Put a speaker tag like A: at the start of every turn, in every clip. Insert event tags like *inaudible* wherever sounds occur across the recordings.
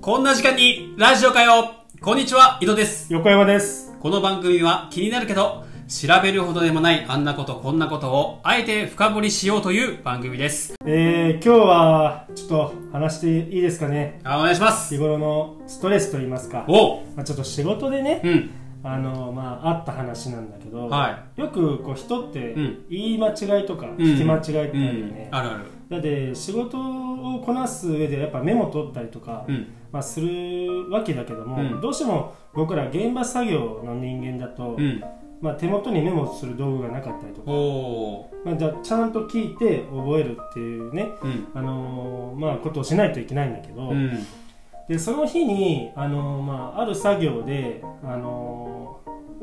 A: こんな時間にラジオかよこんにちは、井戸です。
B: 横山です。
A: この番組は気になるけど、調べるほどでもないあんなことこんなことを、あえて深掘りしようという番組です。
B: えー、今日はちょっと話していいですかね。
A: あ、お願いします
B: 日。頃のストレスと言いますか。
A: おう。
B: まあ、ちょっと仕事でね、
A: うん。
B: あのまああった話なんだけど、
A: は
B: よくこう人って
A: うん
B: 言い間違いとか
A: うん
B: 聞き間違いって
A: う
B: あるよ
A: ん
B: ね。。
A: あるある。
B: だって仕事をこなす上でやっぱメモ取ったりとか、
A: うん。
B: まあするわけだけども、
A: うん
B: どうしても僕ら現場作業の人間だと、
A: うん。
B: まあ手元にメモする道具がなかったりとか。
A: おう。
B: まあ、じゃあちゃんと聞いて覚えるっていうね、
A: うん。
B: あのーまあ、ことをしないといけないんだけど、
A: うん。
B: でその日に、あのーまあ、ある作業で、あのー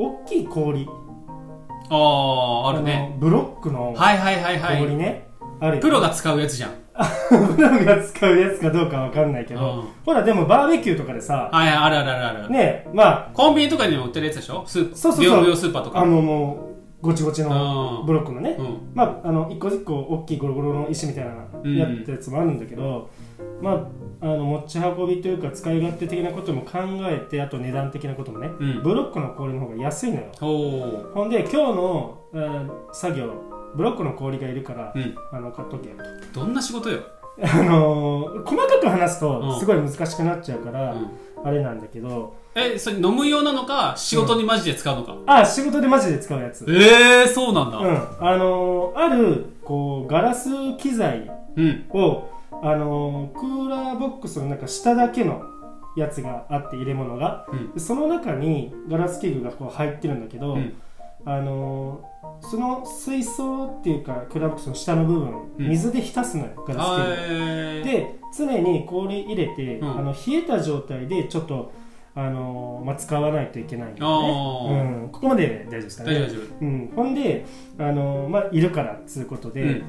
B: 大きい氷
A: ああ、あるね。
B: のブロックの
A: はいはいはい
B: 氷
A: は
B: ね、ある
A: い。
B: よ
A: プロが使うやつじゃん。
B: プロが使うやつかどうかわかんないけ
A: う
B: ど、
A: ん
B: ほらでもバーベキューとかでさ、
A: はい、あるあるあるある。
B: ねまあ
A: コンビニとかにも売ってるやつでしょスー
B: そうそうそう
A: 業務用スーパーと
B: あ
A: か。
B: のもうごちごちの
A: うん
B: ブロックのね、
A: うん。
B: まあ、あの一個一個大きいゴロゴロの石みたいな
A: うん
B: やったやつもあるんだけど、まあ、あの持ち運びというか使い勝手的なことも考えてあと値段的なこともね、
A: うん
B: ブロックの氷の方が安いのよ
A: おー。
B: ほんで今日の、えー作業ブロックの氷がいるから、
A: うん。
B: あの買っとけよと
A: どんな仕事よ。
B: あのー細かく話す
A: う
B: と
A: ん
B: すごい難しくなっちゃうから、
A: うん
B: あれなんだけど
A: え、それ飲む用なのか、仕事にマジで使うのか。
B: あ仕事でマジで使うやつうん
A: ええー、そうなんだ。
B: あのーあるこうガラス機材
A: うん。
B: を、あのークーラーボックスの中下だけのやつがあって入れ物が
A: うん。
B: でその中にガラス器具がこう入ってるんだけど、
A: うん
B: あのーその水槽っていうかクーラーボックスの下の部分、
A: うん
B: 水で浸すのよガラス器具を
A: えー、
B: で常に氷入れて、
A: うん
B: あの冷えた状態でちょっと、あのーまあ、使わないといけないんで、
A: あ
B: ねうん、ここまで大丈夫ですか
A: 大丈夫、
B: ね、
A: 大丈
B: うん、ほんで、あのーまあ、いるからっつうことで、
A: 夫。うん。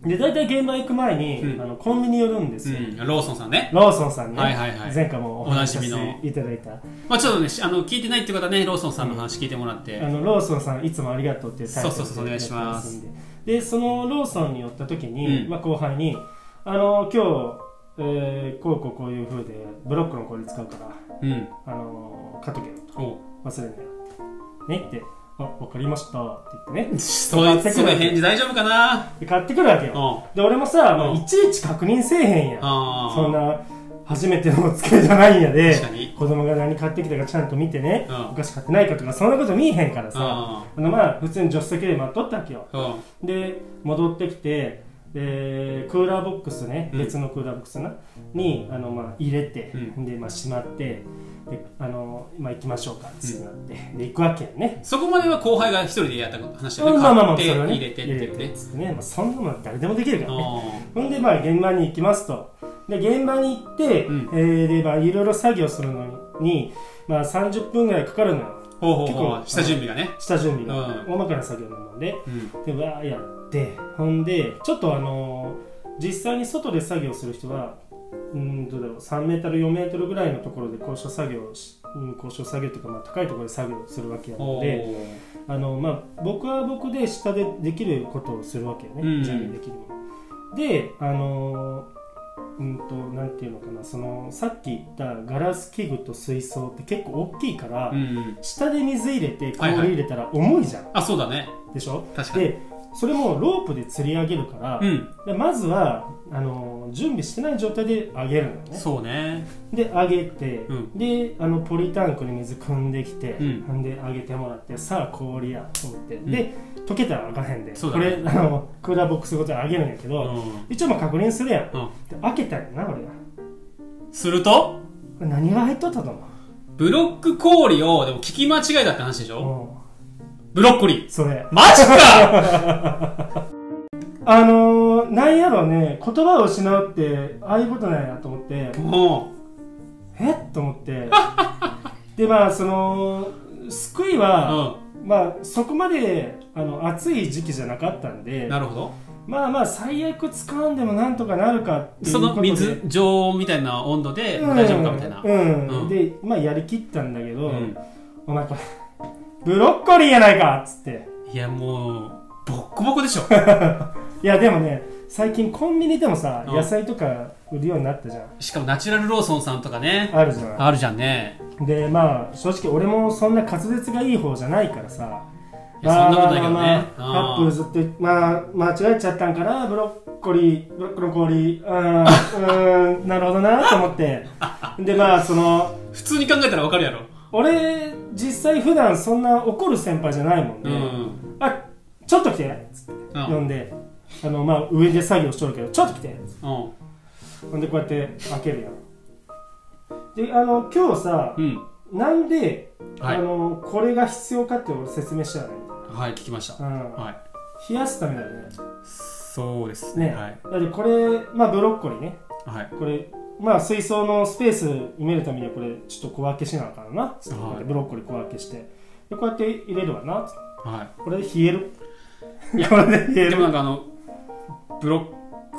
B: で大体現場行く前に、
A: うん
B: あのコンビニ寄るんですよ、
A: うん。ローソンさんね。
B: ローソンさんね、
A: はいはいはい
B: 前回もお話しさせていただいた
A: まあちょっとね、しあの、聞いてないって方はね、ローソンさんの話聞いてもらって。
B: あのローソンさんいつもありがとうっていうタイトルで
A: そうそうそうお願いします
B: やってんででそのローソンに寄った時に、
A: うん
B: まあ、後輩に「あの今日、えーこうこうこういう風でブロックの氷使うか
A: う
B: ら
A: ん。
B: あの買っとけよ
A: おう
B: 忘れんなよ」ってねって「あわかりました」って言ってね
A: そいつの返事大丈夫かな
B: で買ってくるわけ
A: うん。
B: よ
A: あ
B: で俺もさ、まあ、
A: うん
B: いちいち確認せえへんやん
A: あ。
B: そんな初めてのお付き合いじゃないんやで
A: 確かに
B: 子供が何買ってきたかちゃんと見てね、
A: うん
B: お菓子買ってないかとかそんなこと見えへんからさ
A: あ
B: あのまあ普通に助手席で待っとったわけよ
A: うん。
B: で戻ってきてでクーラーボックスね、
A: うん
B: 別のクーラーボックスなにあの、まあ、入れて、
A: う
B: で、まあ、しまってであの、まあ、行きましょうかってなって、で行くわけやね
A: そこまでは後輩が一人でやった話だよね。
B: まあまあまあ
A: 買
B: それ
A: っ
B: は
A: て
B: ね
A: 入れてっていう
B: 入れ
A: ね
B: て。つってね、まあ、そんなの誰でもできるからね
A: あ
B: ほんで、まあ、現場に行きますと。で、現場に行って、
A: うん
B: えーで、まあ、いろいろ作業するのに、まあ、30分ぐらいかかるのよ。
A: あ。ほうほうほう。
B: 結構
A: 下準備がね。
B: 下準備が。
A: う
B: 大まかな作業なもんで。
A: うん。
B: で、わーやって、ほんで、ちょっとあのー実際に外で作業する人は、うーんどうだろう3メートル4メートルぐらいのところで交渉作業をし、うん交渉作業というか、まあ、高いところで作業するわけなの
A: お
B: で
A: ー。
B: あの、まあ、僕は僕で下でできることをするわけよね、
A: うん
B: 準備できるものであのーうんとなんていうのかなそのさっき言ったガラス器具と水槽って結構大きいから、
A: うん。
B: 下で水入れて
A: はい
B: 氷
A: はい
B: 入れたら重いじゃん、
A: あ、そうだね。
B: でしょ
A: 確かに。
B: でそれもロープで吊り上げるから、
A: うん。
B: でまずはあのー準備してない状態で上げるのよね
A: そうね。
B: で上げて、
A: う
B: であのポリタンクに水汲んできて、
A: うん
B: ん、で上げてもらってさあ氷やと思って、で溶けたらあかへんで、
A: そうだ
B: こ
A: ね
B: れあのクーラーボックスごと上げるんやけ
A: う
B: ど、
A: ん。
B: 一応まあ確認するやん
A: うん。
B: で開けたんやな俺は
A: すると
B: これ何が入っとったと思
A: ブロック氷を、でも聞き間違いだって話でし
B: う
A: ょ
B: も
A: ブロッコリ
B: うそれ
A: ー。マジ *laughs* か
B: あのー、なんやろね言葉を失うってああいうことなんやと思って
A: も、
B: えっと思ってでまあその救いうは、
A: う
B: まあそこまであの暑い時期じゃなかったんで
A: ん。なるほど。
B: まあまあ最悪使わんでもなんとかなるかっていう
A: そ
B: ことで
A: の水、常温みたいな温度で大丈夫かみたいな。
B: うん、
A: うん
B: でまあやりきったんだけど、
A: うん
B: お前これブロッコリーやないかっつって
A: いや、もう、ボッコボコでしょ。
B: いやでもね最近コンビニでもさ
A: うん
B: 野菜とか売るようになったじゃん
A: しかもナチュラルローソンさんとかね
B: あるじゃん
A: あるじゃんね
B: でまあ正直俺もそんな滑舌がいい方じゃないからさ
A: いやそんなことないけどね
B: まあまあまあ
A: うん
B: カップずっとまあ間違えちゃったんかなブロッコリーブロブロッコリー *laughs* うんうーんなるほどなと思ってでまあその
A: 普通に考えたらわかるやろ
B: 俺実際普段そんな怒る先輩じゃないもん
A: う
B: ね、
A: ん
B: あちょっと来て
A: う
B: 呼
A: ん
B: んであのまあ上で作業しとるけどちょっと来て
A: うん
B: ほんでこうやって開けるやんであの今日さ
A: うん
B: なんで、
A: はい
B: あのこれが必要かって俺説明したよね、
A: はい聞きました
B: うん、
A: はい
B: 冷やすためだよね
A: そうです
B: ね、
A: はい
B: だってこれまあブロッコリーね
A: はい
B: これまあ水槽のスペース埋めるためにはこれちょっと小分けしなあかんなつって
A: はい
B: ブロッコリー小分けしてでこうやって入れるわなつって
A: は
B: これで冷える
A: いや
B: これで冷え
A: いで
B: る
A: もなんかあのブロ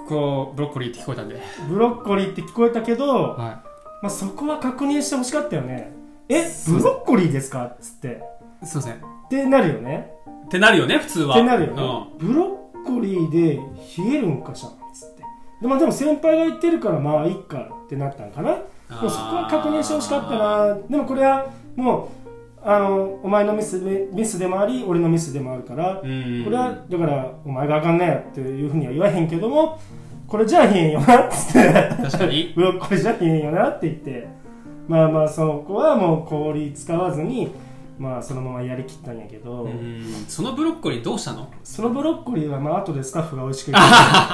A: ッコブロッコリーって聞こえたんで
B: ブロッコリーって聞こえたけど、
A: は
B: まあ、そこは確認してほしかったよねえ
A: そう
B: ブロッコリーですかつって
A: いすいません
B: ってなるよね
A: ってなるよね普通は
B: ってなるよね、
A: う
B: ブロッコリーで冷えるんかしらつってで,、まあ、でも先輩が言ってるからまあいいかってなったんかなで
A: ん
B: もそこは確認してほしかったなでもこれはもうあのお前のミスでミスでもあり俺のミスでもあるから、
A: うん
B: これはだからお前があかんねやっていうふうには言わへんけどもこれじゃあ冷えんよなっつって *laughs*
A: 確かに
B: ブロッコリーじゃねえよなって言ってまあまあそこはもう氷使わずにまあそのままやりきったんやけど、
A: うんそのブロッコリーどうしたの
B: そのブロッコリーはまあ後でスタッフが美味しくい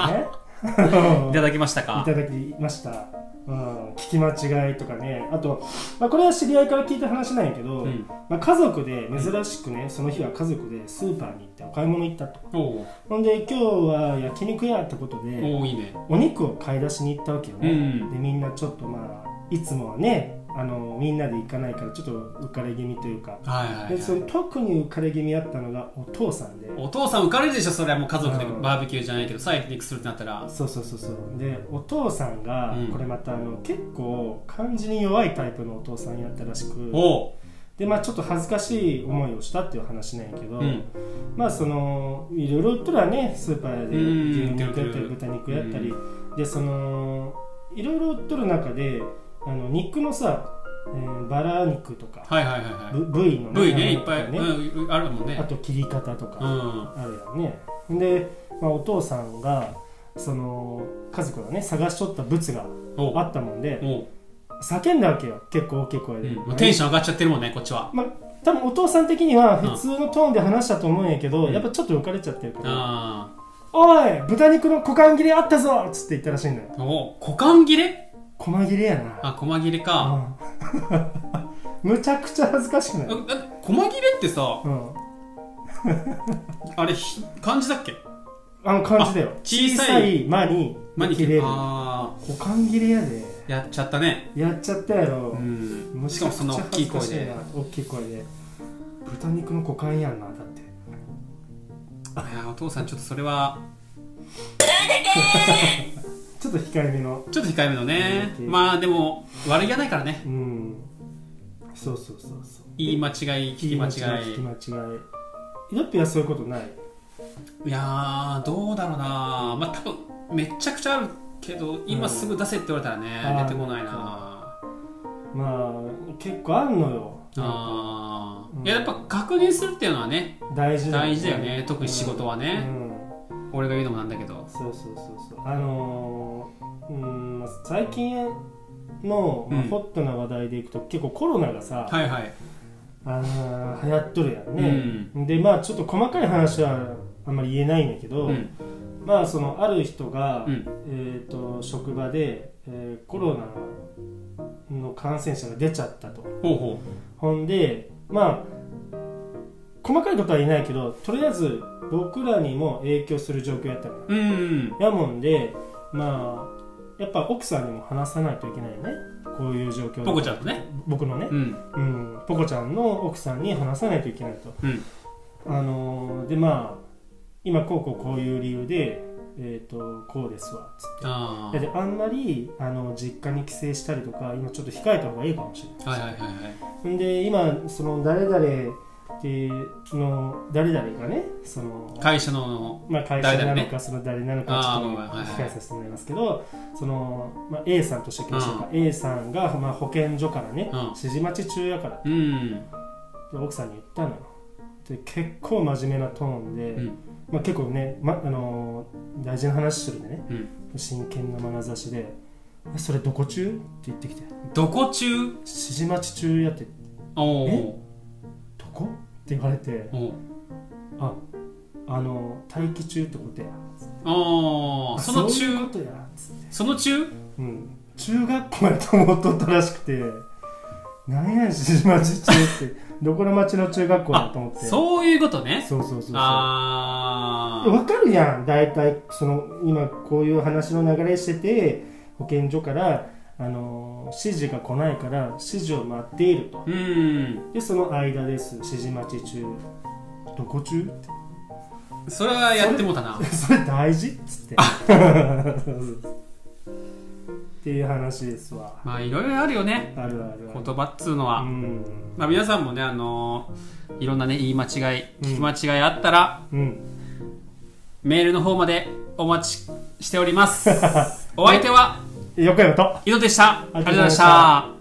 A: *laughs* い
B: ただいてね
A: ただきました
B: *laughs* い
A: か
B: ただきました、うん、聞き間違いとかねあと、まあ、これは知り合いから聞いた話なんやけど、
A: うん
B: まあ、家族で珍しくねその日は家族でスーパーに行ってお買い物行ったと
A: おお
B: ほんで今日は焼肉やってことで、
A: おおいいね
B: お肉を買い出しに行ったわけよね、
A: うん
B: でみんなちょっとまあいつもはねあのみんなで行かないからちょっと浮かれ気味というか、
A: はいはい、
B: でそ
A: は
B: の
A: い、
B: 特に浮かれ気味あったのがお父さんで
A: お父さん浮かれるでしょそれはもう家族で
B: うん
A: バーベキューじゃないけどさ焼肉するってなったら
B: そうそうそうそうでお父さんが、
A: うん
B: これまたあの結構漢字に弱いタイプのお父さんやったらしく
A: おお
B: でまあちょっと恥ずかしい思いをしたっていう話なんやけど、
A: うん
B: まあそのいろいろ売っとらねスーパーで
A: うん
B: 牛肉やったり
A: 売って
B: 豚
A: る
B: 肉やったり、でそのいろいろ売っとる中であの肉のさ、えーバラ肉とか
A: はいはいはいはい
B: ぶ部位の
A: V ねい
B: 名
A: っ
B: 前と
A: ぱい、
B: か
A: うん、あるもん
B: あ
A: ね
B: と切り方と
A: う
B: か
A: ん
B: あるよね、で、まあ、お父さんがその家族がね探しとった物が
A: お
B: あ
A: お
B: ったもんで
A: お、
B: 叫んだわけよ結構大きい声
A: う
B: で、
A: ん、もうテンション上がっちゃってるもんねこっちは
B: まあ、多分お父さん的には普通のトーンで話したと思うんやけど、
A: うん
B: やっぱちょっと浮かれちゃってるから、
A: あ
B: おい豚肉の股間切れあったぞっつって言ったらしいんだよ
A: あお股間切れ
B: 細切れやな
A: あ細切れか、
B: うん *laughs* むちゃくちゃ恥ずかしくな
A: う
B: い、
A: ん、細切れってさ
B: うん、
A: あれひ漢字だっけ
B: あの感じだよ
A: あ小さい
B: 間に
A: マニキ
B: 切れる股
A: あ
B: 間切れやで
A: あやっちゃったね
B: やっちゃったや
A: う
B: ろ、
A: ん
B: む
A: し
B: ち
A: か
B: ゃ
A: も
B: くち
A: そ
B: ゃ
A: んな大きい声
B: 恥ずかし
A: で
B: な大きい声で豚肉の股間やんなだって
A: いやお父さんちょっとそれは
B: ちょっと控えめの
A: ちょっと控えめのね
B: うん
A: まあでも悪気がないからね
B: うんそうそうそうそう
A: 言い間違い聞き間違い
B: 聞き間違いヨッピーはそういうことない
A: いやーどうだろうなまあ多分めちゃくちゃあるけど今すぐ出せって言われたらね、
B: うん
A: 出てこないな
B: まあ結構あんのよなんか
A: あー
B: うん
A: いややっぱ確認するっていうのはね
B: 大事
A: 大事だよね特に仕事はね、
B: うん
A: 俺が言うのもなんだけど
B: そうそうそうそうあのーうんまあ最近の、まあ
A: うん
B: ホットな話題でいくと結構コロナがさ、
A: はいはい
B: あー流行っとるやんね、でまあちょっと細かい話はあんまり言えないんやけど、
A: うん
B: まあそのある人が、
A: うん
B: えー、と職場で、えーコロナの感染者が出ちゃったと
A: ほうほ
B: ほんでまあ細かいことは言えないけどとりあえず僕らにも影響する状況やったのよ
A: ううん
B: やもんでまあやっぱ奥さんにも話さないといけないよねこういう状況で
A: ポコちゃんとね
B: 僕のね、
A: うん
B: うん、ポコちゃんの奥さんに話さないといけないと、
A: うん
B: あのーでまあ今こうこうこういう理由で、えー、とこうですわつって
A: あ
B: であんまりあの実家に帰省したりとか今ちょっと控えた方がいいかもしれない
A: あはいはいはいはい
B: んで今その誰々での誰々がねその、
A: 会社の
B: まあ、会社な
A: 誰
B: の
A: 々
B: かその誰なのかちょっと
A: あーごめんはいはい
B: 控えさせてもらいますけどその、まあ、A さんとしておきましょうか、A さんが、まあ、保健所からね
A: うん
B: 指示待ち中やから
A: うん
B: で奥さんに言ったのよで結構真面目なトーンで、
A: うん
B: まあ、結構ね、まあのー大事な話するんでね、
A: うん
B: 真剣な眼差しで「えそれどこ中?」って言ってきて
A: どこ中
B: 「指示待ち中やって
A: おお
B: えどこ?」って言われて
A: お
B: 「ああのー待機中ってことや」
A: お
B: あ
A: その
B: そういう
A: 中
B: ことやつって、
A: その中
B: うん、中学校やと思っとったらしくて「なんや指示待ち中」って *laughs* どこの町の中学校やと思って
A: そういうことね
B: そうそうそうそう
A: あー
B: わかるやん大体その今こういう話の流れしてて保健所から、あのー指示が来ないから指示を待っていると
A: うん
B: でその間です指示待ち中どこ中って
A: それはやってもうたな
B: それ大事っつってっていう話ですわ
A: まあいろいろあるよね
B: あるあるあ
A: 言
B: る
A: 葉っつうのは、
B: うん
A: まあ、皆さんもねあのーいろんなね言い間違い聞き間違いあったら、
B: うん *laughs*
A: メールの方までお待ちしておりますお相手は
B: 横山と
A: 井戸でしたあり
B: あり
A: がと
B: が
A: う
B: とう
A: ご
B: ご
A: ざ
B: ざ
A: い
B: い
A: ま
B: ま
A: し
B: した
A: た